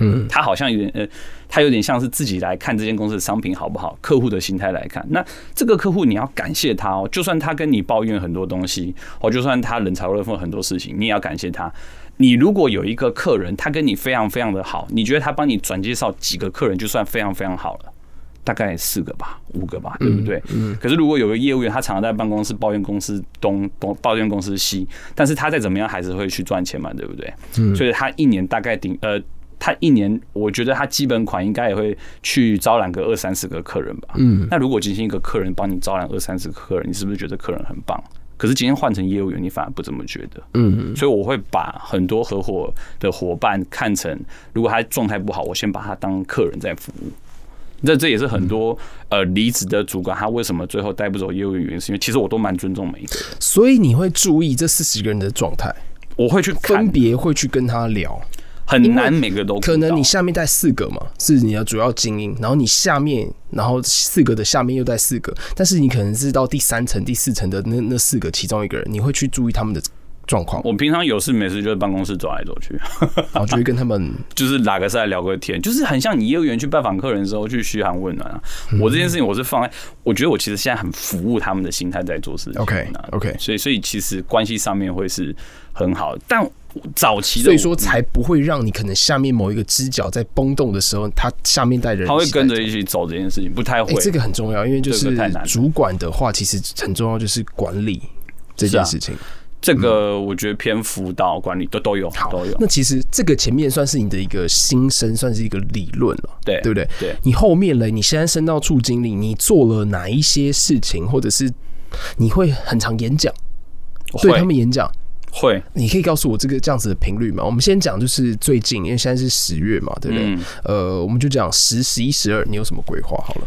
S3: 嗯，
S4: 他好像有点呃，他有点像是自己来看这间公司的商品好不好，客户的心态来看。那这个客户你要感谢他哦，就算他跟你抱怨很多东西，哦，就算他冷嘲热讽很多事情，你也要感谢他。你如果有一个客人，他跟你非常非常的好，你觉得他帮你转介绍几个客人就算非常非常好了。大概四个吧，五个吧，对不对？嗯。可是如果有个业务员，他常常在办公室抱怨公司东东，抱怨公司西，但是他再怎么样还是会去赚钱嘛，对不对？嗯。所以他一年大概顶呃，他一年我觉得他基本款应该也会去招揽个二三十个客人吧。嗯。那如果今天一个客人帮你招揽二三十个客人，你是不是觉得客人很棒？可是今天换成业务员，你反而不怎么觉得。嗯，所以我会把很多合伙的伙伴看成，如果他状态不好，我先把他当客人在服务。那这也是
S3: 嗯
S4: 很多呃离职的主管，他为什么最后带不走业务员，原因是因为其实我都蛮尊重每一个人，
S3: 所以你会注意这四十个人的状态，
S4: 我会去看
S3: 分，别会去跟他聊。
S4: 很难每个都顾到
S3: 可能你下面带四个嘛，是你的主要精英，然后你下面，然后四个的下面又带四个，但是你可能是到第三层、第四层的那那四个其中一个人，你会去注意他们的状况，
S4: 我平常有事没事就在办公室走来走去，
S3: 然后就会跟他们
S4: 就是拉个赛聊个天，就是很像你业务员去拜访客人的时候去嘘寒问暖啊。
S3: 嗯
S4: 我这件事情我是放在，我觉得我其实现在很服务他们的心态在做事情啊。
S3: OK，OK
S4: 所以所以其实关系上面会是很好，但早期的
S3: 所以说
S4: 我嗯
S3: 才不会让你可能下面某一个支脚在崩动的时候，他下面带人
S4: 他会
S3: 一起带
S4: 跟
S3: 走。
S4: 着一起走这件事情，不太会
S3: 哎、。这个很重要，因为就
S4: 这
S3: 是
S4: 个太难了
S3: 主管的话，其实很重要就是管理这
S4: 啊
S3: 件事情。
S4: 这个我觉得偏辅导管理都都有
S3: 嗯好
S4: 都有，
S3: 那其实这个前面算是你的一个新生，算是一个理论了，
S4: 对
S3: 对不对？
S4: 对
S3: 你后面嘞，你现在升到处经理，你做了哪一些事情，或者是你会很常演讲，对
S4: 会
S3: 他们演讲，
S4: 会
S3: 你可以告诉我这个这样子的频率吗？我们先讲就是最近，因为现在是十月嘛，对不对？
S4: 嗯
S3: 呃，我们就讲十、十一、十二，你有什么规划？好 了，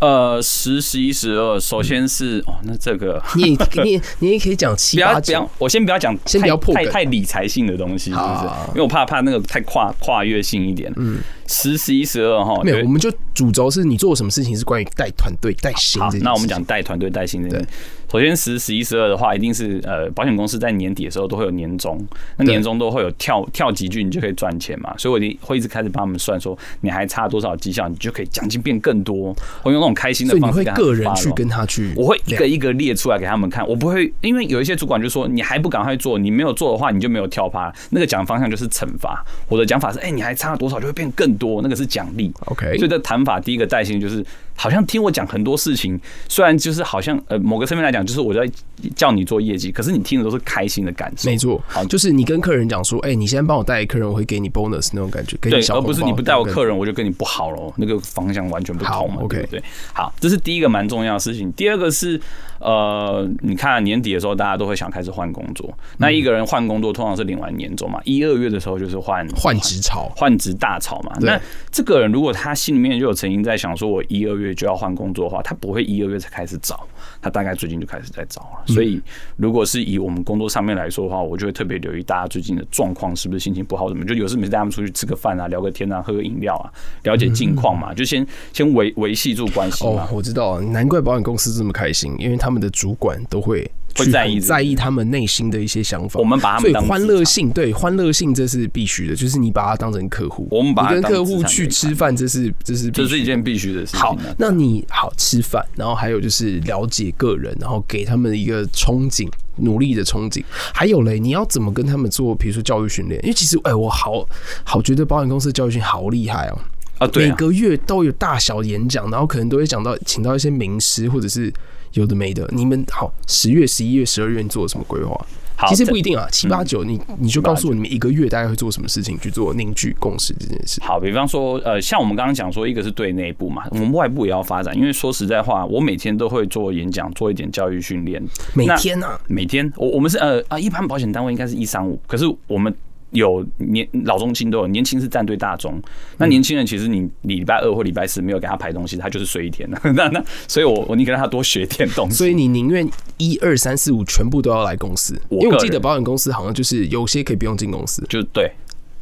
S4: 呃十十一十二，首先是哦，那这个
S3: 嗯你也你也你也可以讲七
S4: 不
S3: 八
S4: 要不
S3: 九
S4: 要，，我先不要讲太，
S3: 先不要破
S4: 太
S3: 梗
S4: 太理财性的东西，是不
S3: 好
S4: 是
S3: 好好？
S4: 因为我怕怕那个太跨跨越性一点。嗯，十、十一、十二哈，
S3: 没有，
S4: 因
S3: 我
S4: 为
S3: 们就主轴是你做什么事情是关于带团队、带新
S4: 好
S3: 这件事，情。
S4: 那我们讲带团队带薪这件事首先十、十一、十二的话，一定是呃，保险公司在年底的时候都会有年终，那
S3: 对
S4: 年终都会有跳跳几句，你就可以赚钱嘛。所以我一定会一直开始帮他们算说，你还差多少绩效，你就可以奖金变更多。我用那种开心的
S3: 所以你
S4: 方式
S3: 会
S4: 跟他
S3: 个人去
S4: follow
S3: 跟他去，
S4: 我会一个一个列出来给他们看，我不会，因为有一些主管就说你还不赶快做，你没有做的话你就没有跳趴。那个讲方向就是惩罚，我的讲法是，哎、你还差多少就会变更多，那个是奖励。
S3: OK
S4: 所以这谈法第一个带薪就是，好像听我讲很多事情，虽然就是好像呃某个层面来讲，就是我在叫你做业绩，可是你听的都是开心的感受，
S3: 没错，就是你跟客人讲说，哎、你先帮我带客人，我会给你 bonus 那种感觉，给
S4: 对
S3: 你，小
S4: 而不是你不带我客
S3: 人，
S4: 人，我就跟你不好喽，那个方向完全不同嘛
S3: 好，OK
S4: 对不对？好，这是第一个蛮重要的事情。第二个是，呃，你看年底的时候，大家都会想开始换工作。
S3: 嗯
S4: 那一个人换工作，通常是领完年终嘛，一二月的时候就是换
S3: 换职潮，
S4: 换职大潮嘛。
S3: 对
S4: 那这个人如果他心里面就有曾经在想说，我一二月就要换工作的话，他不会一二月才开始找，他大概最近就开始在找了。
S3: 嗯
S4: 所以，如果是以我们工作上面来说的话，我就会特别留意大家最近的状况是不是心情不好，怎么就有事没事带他们出去吃个饭啊，聊个天啊，喝个饮料啊，了解近况嘛，就先先维维系住关系
S3: 哦
S4: 嘛，。
S3: 我知道了，难怪保险公司这么开心，因为他们的主管都会
S4: 会
S3: 去
S4: 在
S3: 很
S4: 意这个
S3: 在意他们内心的一些想法。
S4: 我们把他
S3: 所
S4: 们
S3: 以
S4: 当
S3: 欢
S4: 职
S3: 乐
S4: 场
S3: 性，对欢乐性这是必须的，就是你把它当成客户，
S4: 我们把它
S3: 你跟
S4: 当
S3: 客
S4: 资
S3: 户
S4: 产
S3: 去
S4: 给
S3: 吃饭，这是这是必
S4: 这
S3: 须
S4: 是一件必须的事情啊。
S3: 好，那你好吃饭，然后还有就是了解个人，然后给他们一个憧憬，努力的憧憬。还有嘞，你要怎么跟他们做，比如说教育训练？因为其实，哎、我好好觉得保险公司的教育训好厉害哦、
S4: 啊，对
S3: 每
S4: 啊，
S3: 个月都有大小演讲，然后可能都会讲到请到一些名师或者是有的没的。你们好，十月、十一月、十二月你做了什么规划？
S4: 好
S3: 其实
S4: 这嗯
S3: 不一定啊，七八九你你就告诉我你们一个月大概会做什么事情去做凝聚共识这件事。
S4: 好，比方说，呃，像我们刚刚讲说，一个是对内部嘛，
S3: 嗯
S4: 我们外部也要发展。因为说实在话，我每天都会做演讲，做一点教育训练。
S3: 每
S4: 那
S3: 天啊，
S4: 每天，我我们是呃啊，一般保险单位应该是一三五，可是我们有年老中青都有，年轻是站队大中。那
S3: 嗯
S4: 年轻人其实你你礼拜二或礼拜四没有给他排东西，他就是睡一天 那那，所以我我宁可让他多学点东西。
S3: 所以你宁愿一二三四五全部都要来公司，
S4: 我
S3: 因为我
S4: 个
S3: 记得
S4: 人
S3: 保险公司好像就是有些可以不用进公司，
S4: 就对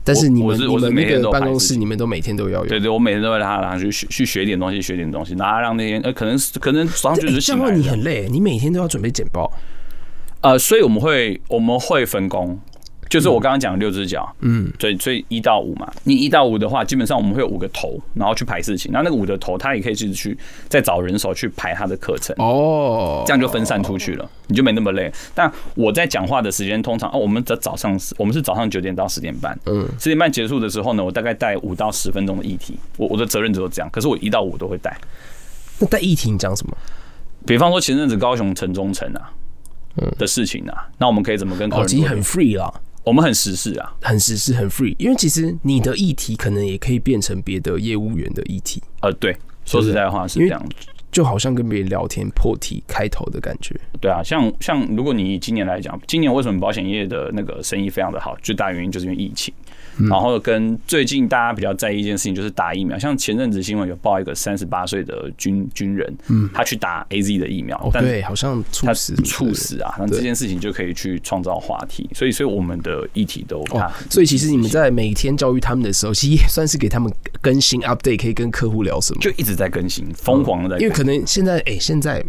S3: 但是你
S4: 我
S3: 们
S4: 是
S3: 你
S4: 我是
S3: 们
S4: 每
S3: 那
S4: 天
S3: 个
S4: 都
S3: 办
S4: 排
S3: 公
S4: 自
S3: 室
S4: 己
S3: 里面都每天都要有。
S4: 对对，我每天都会让他让他去学去学点东西，学点东西，然后让那些呃可能可能早上
S3: 这，
S4: 就是
S3: 这样
S4: 醒
S3: 的
S4: 来
S3: 话
S4: 了
S3: 你很累，你每天都要准备简报。
S4: 呃，所以我们会我们会分工。就是我刚刚讲的六只脚，嗯，所以所以一到五嘛，你一到五的话，基本上我们会有五个头，然后去排事情。那那个五的头，他也可以自己去再找人手去排他的课程，
S3: 哦，
S4: 这样就分散出去了，你就没那么累。但我在讲话的时间，通常哦，我们的早上是我们是早上九点到十点半，嗯，十点半结束的时候呢，我大概带五到十分钟的议题，我我的责任只有这样，可是我一到五都会带。
S3: 那在议题你讲什么？
S4: 比方说前阵子高雄城中城啊的事情啊，那我们可以怎么跟客
S3: 嗯哦，
S4: 人
S3: 其
S4: 做？
S3: 实很 free 啦，
S4: 我们很实事啊，
S3: 很实施，很 free。因为其实你的议题可能也可以变成别的业务员的议题，
S4: 呃，对，说实在话是
S3: 因
S4: 这
S3: 为
S4: 样子。
S3: 就好像跟别人聊天破题开头的感觉。
S4: 对啊，像像如果你以今年来讲，今年为什么保险业的那个生意非常的好？最大原因就是因为疫情，然后跟最近大家比较在意一件事情就是打疫苗。像前阵子新闻有报一个三十八岁的军军人，他去打 A Z 的疫苗，
S3: 哦，
S4: 但
S3: 对，好像
S4: 他
S3: 猝死，
S4: 猝。死啊，那这件事情就可以去创造话题。所以，所以我们的议题都
S3: 哦
S4: 啊，，
S3: 所以其实你们在每天教育他们的时候，其实也算是给他们更新 update，可以跟客户聊什么。
S4: 就一直在更新，疯狂的在更
S3: 因
S4: 新
S3: 为可能现在，哎、现在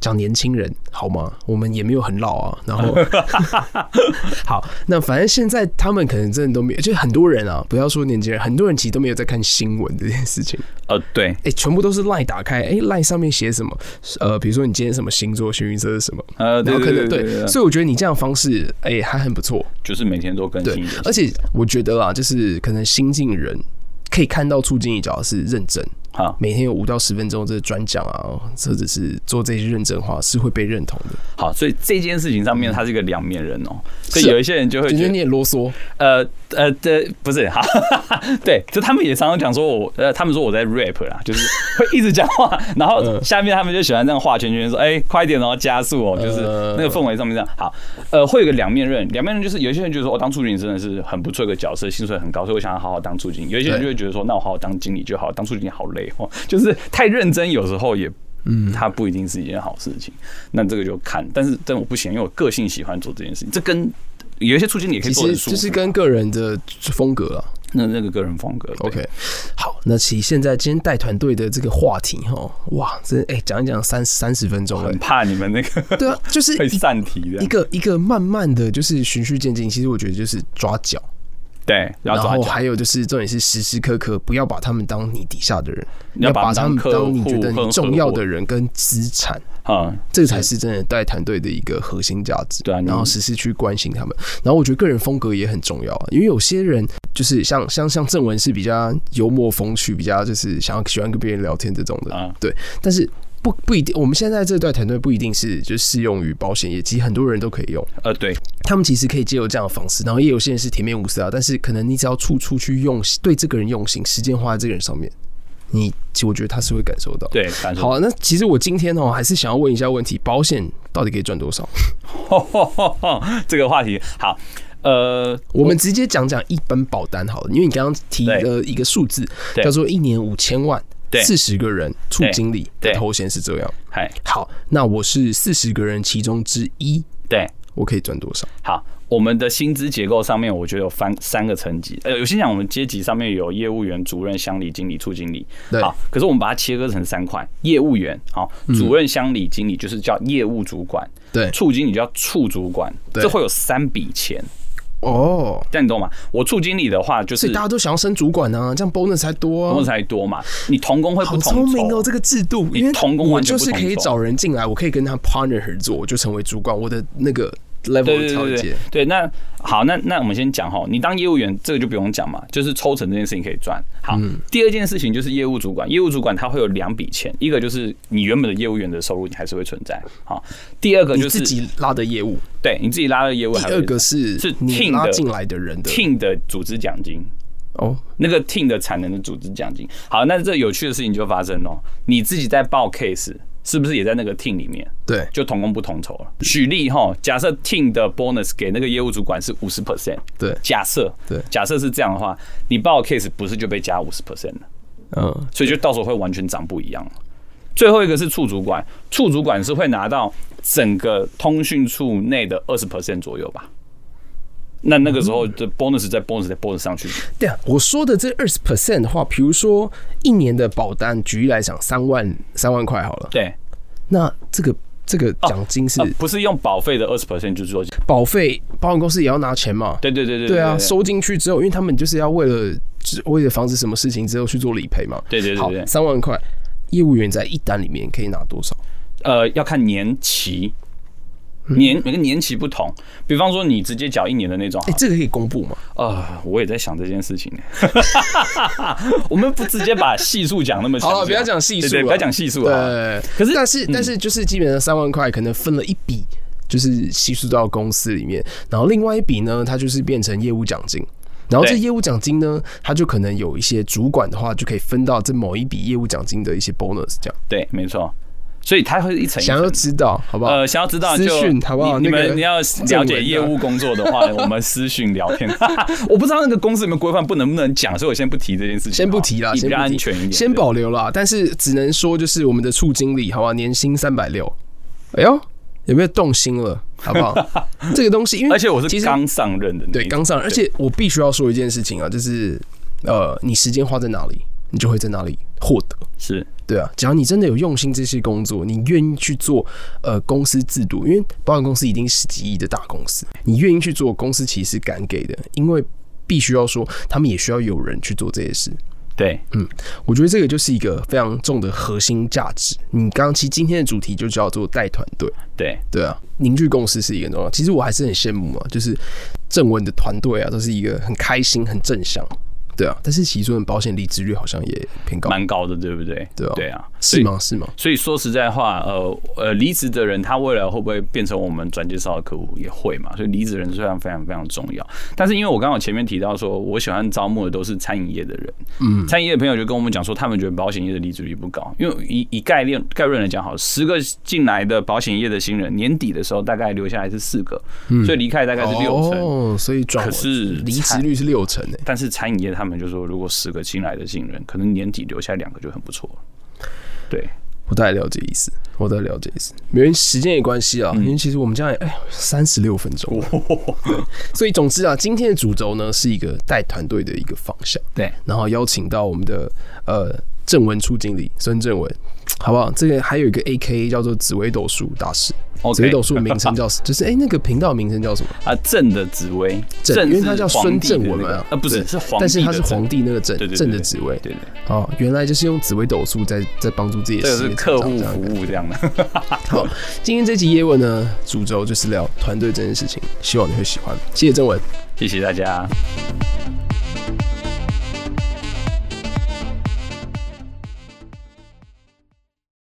S3: 讲年轻人好吗？我们也没有很老啊。然后， 好，那反正现在他们可能真的都没有，就是很多人啊，不要说年轻人，很多人其实都没有在看新闻这件事情。
S4: 呃，对，
S3: 哎、全部都是赖打开，哎、赖上面写什么？呃，比如说你今天什么星座，幸运色是什么？
S4: 呃，
S3: 然
S4: 对
S3: 后可能
S4: 对对对，
S3: 所以我觉得你这样的方式，哎、还很不错。
S4: 就是每天都更
S3: 对
S4: 新一点，，
S3: 而且我觉得啊，就是可能新进人可以看到促进一脚是认真，
S4: 好。
S3: 每天有五到十分钟这专讲啊，或者是做这些认真话是会被认同的。
S4: 好，所以这件事情上面，他是一个两面人哦、所以
S3: 是啊
S4: 有一些人就会
S3: 觉
S4: 觉
S3: 得
S4: 得
S3: 你也啰嗦，
S4: 呃呃对，不是哈，对，就他们也常常讲说我呃，他们说我在 rap 啦，就是会一直讲话，
S3: 嗯
S4: 然后下面他们就喜欢这样画圈圈说，哎、快点哦，加速哦，就是那个氛围上面这样。好，呃，会有个两面刃，两面刃就是有一些人就说，哦我、当处经真的是很不错一个角色，薪水很高，所以我想要好好当处经理。有一些人
S3: 对
S4: 就会觉得说，那我好好当经理就好，当处经理好累哦，就是太认真，有时候也。嗯，它不一定是一件好事情，那这个就看，但是但我不行，因为我个性喜欢做这件事情，这跟有一些处经理也可以
S3: 其
S4: 做
S3: 实
S4: 得很舒服啊，
S3: 就是跟个人的风格了。
S4: 那那个个人风格。对
S3: OK，好，那其实现在今天带团队的这个话题哈，哇，真哎讲、一讲三三十分钟了
S4: 很，怕你们那个
S3: 对啊，就是
S4: 会
S3: 一
S4: 散题
S3: 一
S4: 的。
S3: 个一个慢慢的就是循序渐进，其实我觉得就是抓脚，
S4: 对，然
S3: 然
S4: 后抓
S3: 后
S4: 脚，
S3: 还有就是重点是时时刻刻不要把他们当你底下的人，
S4: 你要
S3: 把
S4: 把
S3: 他
S4: 他
S3: 们
S4: 们
S3: 当你
S4: 当客
S3: 觉
S4: 户
S3: 得你
S4: 跟
S3: 重
S4: 合
S3: 要
S4: 伙
S3: 的人跟资产。
S4: 嗯，
S3: 这个才是真的带团队的一个核心价值。
S4: 对啊你
S3: 然后实时去关心他们。然后我觉得个人风格也很重要啊，因为有些人就是像像像郑文是比较幽默风趣，比较就是想要喜欢跟别人聊天这种的，
S4: 啊
S3: 对。但是不不一定，我们现在这段团队不一定是就适用于保险业，其实很多人都可以用。
S4: 呃，对，
S3: 他们其实可以借由这样的方式，然后也有些人是铁面无私啊，但是可能你只要处处去用心，对这个人用心，时间花在这个人上面，你其实我觉得他是会感受到。
S4: 对，感受
S3: 好、啊，那其实我今天哦，还是想要问一下问题：保险到底可以赚多少？
S4: 这个话题好，呃，
S3: 我们直接讲讲一本保单好了，因为你刚刚提
S4: 对
S3: 了一个数字，
S4: 对
S3: 叫做一年五千万，
S4: 对
S3: 四十个人处
S4: 对
S3: 经理的
S4: 对
S3: 头衔是这样。
S4: 嗨，
S3: 好，那我是四十个人其中之一，
S4: 对，
S3: 我可以赚多少？
S4: 好，我们的薪资结构上面，我觉得有翻三个层级。呃，有些讲我们阶级上面有业务员、主任、乡里、经理、处经理。
S3: 对嗯
S4: 好，可是我们把它切割成三块：业务员，好，主任、乡里、经理就是叫业务主管，
S3: 对
S4: 处经理叫处主管，
S3: 对
S4: 这会有三笔钱。
S3: 哦，
S4: 但你懂吗？我处经理的话，就
S3: 所
S4: 是
S3: 以大家都想要升主管啊，这样 bonus 才多
S4: 工
S3: 啊
S4: 作。才多嘛。你同工会
S3: 好
S4: 不
S3: 聪
S4: 同
S3: 明
S4: 酬
S3: 哦，这个制度，
S4: 你
S3: 因为
S4: 同工
S3: 我
S4: 完全
S3: 就
S4: 不
S3: 是
S4: 同
S3: 可以
S4: 酬
S3: 找人进来，我可以跟他 partner 合作，我就成为主管，我的那个 level
S4: 对对
S3: 调
S4: 对
S3: 节
S4: 对。对，那好，那那我们先讲哈，你当业务员这个就不用讲嘛，就是抽成这件事情可以赚。好，
S3: 嗯
S4: 第二件事情就是业务主管，业务主管他会有两笔钱，一个就是你原本的业务员的收入你还是会存在，好，第二个
S3: 你
S4: 就是
S3: 自己拉的业务，
S4: 对你自己拉的业务
S3: 第
S4: 还会
S3: 二个
S4: 存
S3: 是
S4: 是
S3: 你
S4: team
S3: 拉
S4: 的
S3: 进来的人的
S4: team 的组织奖金，
S3: 哦，
S4: 那个 team 的产能的组织奖金。好，那这有趣的事情就发生咯，你自己在报 case 是不是也在那个 team 里面？
S3: 对，
S4: 就同工不同酬了。举例哈，假设 team 的 bonus 给那个业务主管是五十 percent，
S3: 对
S4: 假设
S3: 对
S4: 假设是这样的话，你报的 case 不是就被加五十 percent 了，
S3: 嗯，
S4: 所以就到时候会完全长不一样了。最后一个是处主管，处主管是会拿到整个通讯处内的二十 percent 左右吧。那那个时候的 bonus 在 bonus 在 bonus 上去，
S3: 对啊，我说的这二十 percent 的话，比如说一年的保单，举例来讲，三万三万块好了，
S4: 对，
S3: 那这个这个奖金是
S4: 哦呃不是用保费的二十 percent，就是说
S3: 保费保险公司也要拿钱嘛。
S4: 对对对对
S3: 对啊，收进去之后，因为他们就是要为了只为了防止什么事情之后去做理赔嘛。
S4: 对对对
S3: 好
S4: 对，，
S3: 三万块，业务员在一单里面可以拿多少？
S4: 呃，要看年期，
S3: 嗯
S4: 年每个年期不同。比方说，你直接缴一年的那种好
S3: 哎、
S4: 了，
S3: 这个可以公布吗？
S4: 啊、我也在想这件事情呢。 我们不直接把系数讲那么详细啊
S3: 好了不要讲系数
S4: 对对
S3: 了
S4: 不要讲系数啊。
S3: 对，
S4: 可是
S3: 但是
S4: 嗯
S3: 但是就是基本上三万块可能分了一笔，就是吸收到公司里面，然后另外一笔呢，它就是变成业务奖金。然后这
S4: 对
S3: 业务奖金呢，它就可能有一些主管的话，就可以分到这某一笔业务奖金的一些 bonus，这样。
S4: 对，没错。所以它会一层一
S3: 想要
S4: 层。
S3: 知道好不好？
S4: 呃，想要知道
S3: 私
S4: 就
S3: 讯好不好？
S4: 你你
S3: 那个
S4: 们你要
S3: 正
S4: 了
S3: 文
S4: 解
S3: 的
S4: 业务工作的话，我们私讯聊 天。我不知道那个公司有没有规范，不能不能讲，所以我先不提这件事情。
S3: 先不提啦，
S4: 好以比
S3: 先
S4: 较
S3: 不提
S4: 安全一点。
S3: 先保留啦。但是只能说，就是我们的处经理，好吧，年薪三百六，哎呦，有没有动心了？好不 好？这个东西，因为
S4: 而且我
S3: 嗯其
S4: 是
S3: 实
S4: 刚上任的那一种，
S3: 对刚上，而且我必须要说一件事情啊，就是呃，你时间花在哪里，你就会在哪里获得。
S4: 是
S3: 对啊，只要你真的有用心这些工作，你愿意去做呃公司制度，因为保险公司已经十几亿的大公司，你愿意去做，公司其实是敢给的，因为必须要说，他们也需要有人去做这些事。
S4: 对，
S3: 我觉得这个就是一个非常重的核心价值。你刚其实今天的主题就叫做带团队，
S4: 对，
S3: 对啊，凝聚共识是一个很重要。其实我还是很羡慕啊，就是正文的团队啊，都是一个很开心、很正向，对啊。但是其实说保险离职率好像也偏高，
S4: 蛮高的，对不对？
S3: 对啊
S4: 对啊，所
S3: 是
S4: 以？
S3: 吗？是吗？
S4: 所以说实在话，呃呃，离职的人他未来会不会变成我们转介绍的客户也会嘛？所以离职人是非常非常非常重要。但是因为我刚好前面提到说，我喜欢招募的都是餐饮业的人，嗯，餐饮业的朋友就跟我们讲说，他们觉得保险业的离职率不高，因为以以概念概论来讲，好，十个进来的保险业的新人，年底的时候大概留下来是四个，所以离开大概是六成。
S3: 嗯哦，所以转
S4: 可是
S3: 离职率是六成欸诶、
S4: 但是餐饮业他们就说，如果十个新来的新人，可能年底留下两个就很不错了。对，
S3: 我大概了解意思，我大概了解意思。因为时间也关系
S4: 嗯
S3: 啊，因为其实我们这样也哎三十六分钟了，
S4: 哦
S3: 所以总之啊，今天的主轴呢是一个带团队的一个方向。
S4: 对，
S3: 然后邀请到我们的呃正文处经理孙正文，好不好？这个还有一个 A K 叫做紫微斗数大师，紫微
S4: OK，
S3: 斗数的名称 叫就是哎、那个频道名称叫什么？
S4: 啊，正的紫薇，
S3: 正
S4: 正
S3: 因为
S4: 是
S3: 他叫
S4: 皇
S3: 孙
S4: 帝的
S3: 正文
S4: 那个
S3: 嘛，
S4: 啊，不是
S3: 对
S4: 是皇帝的正，
S3: 但是他是皇帝那个正
S4: 对对对
S3: 正的紫微
S4: 对对，
S3: 哦，原来就是用紫微斗数在在帮助自己的
S4: 这个
S3: 事
S4: 是
S3: 业
S4: 客
S3: 成长
S4: 户
S3: 这样
S4: 服
S3: 的。
S4: 务这样的，
S3: 好，今天这集叶问呢，主轴就是聊团队这件事情，希望你会喜欢。谢谢正文。
S4: 谢谢大家。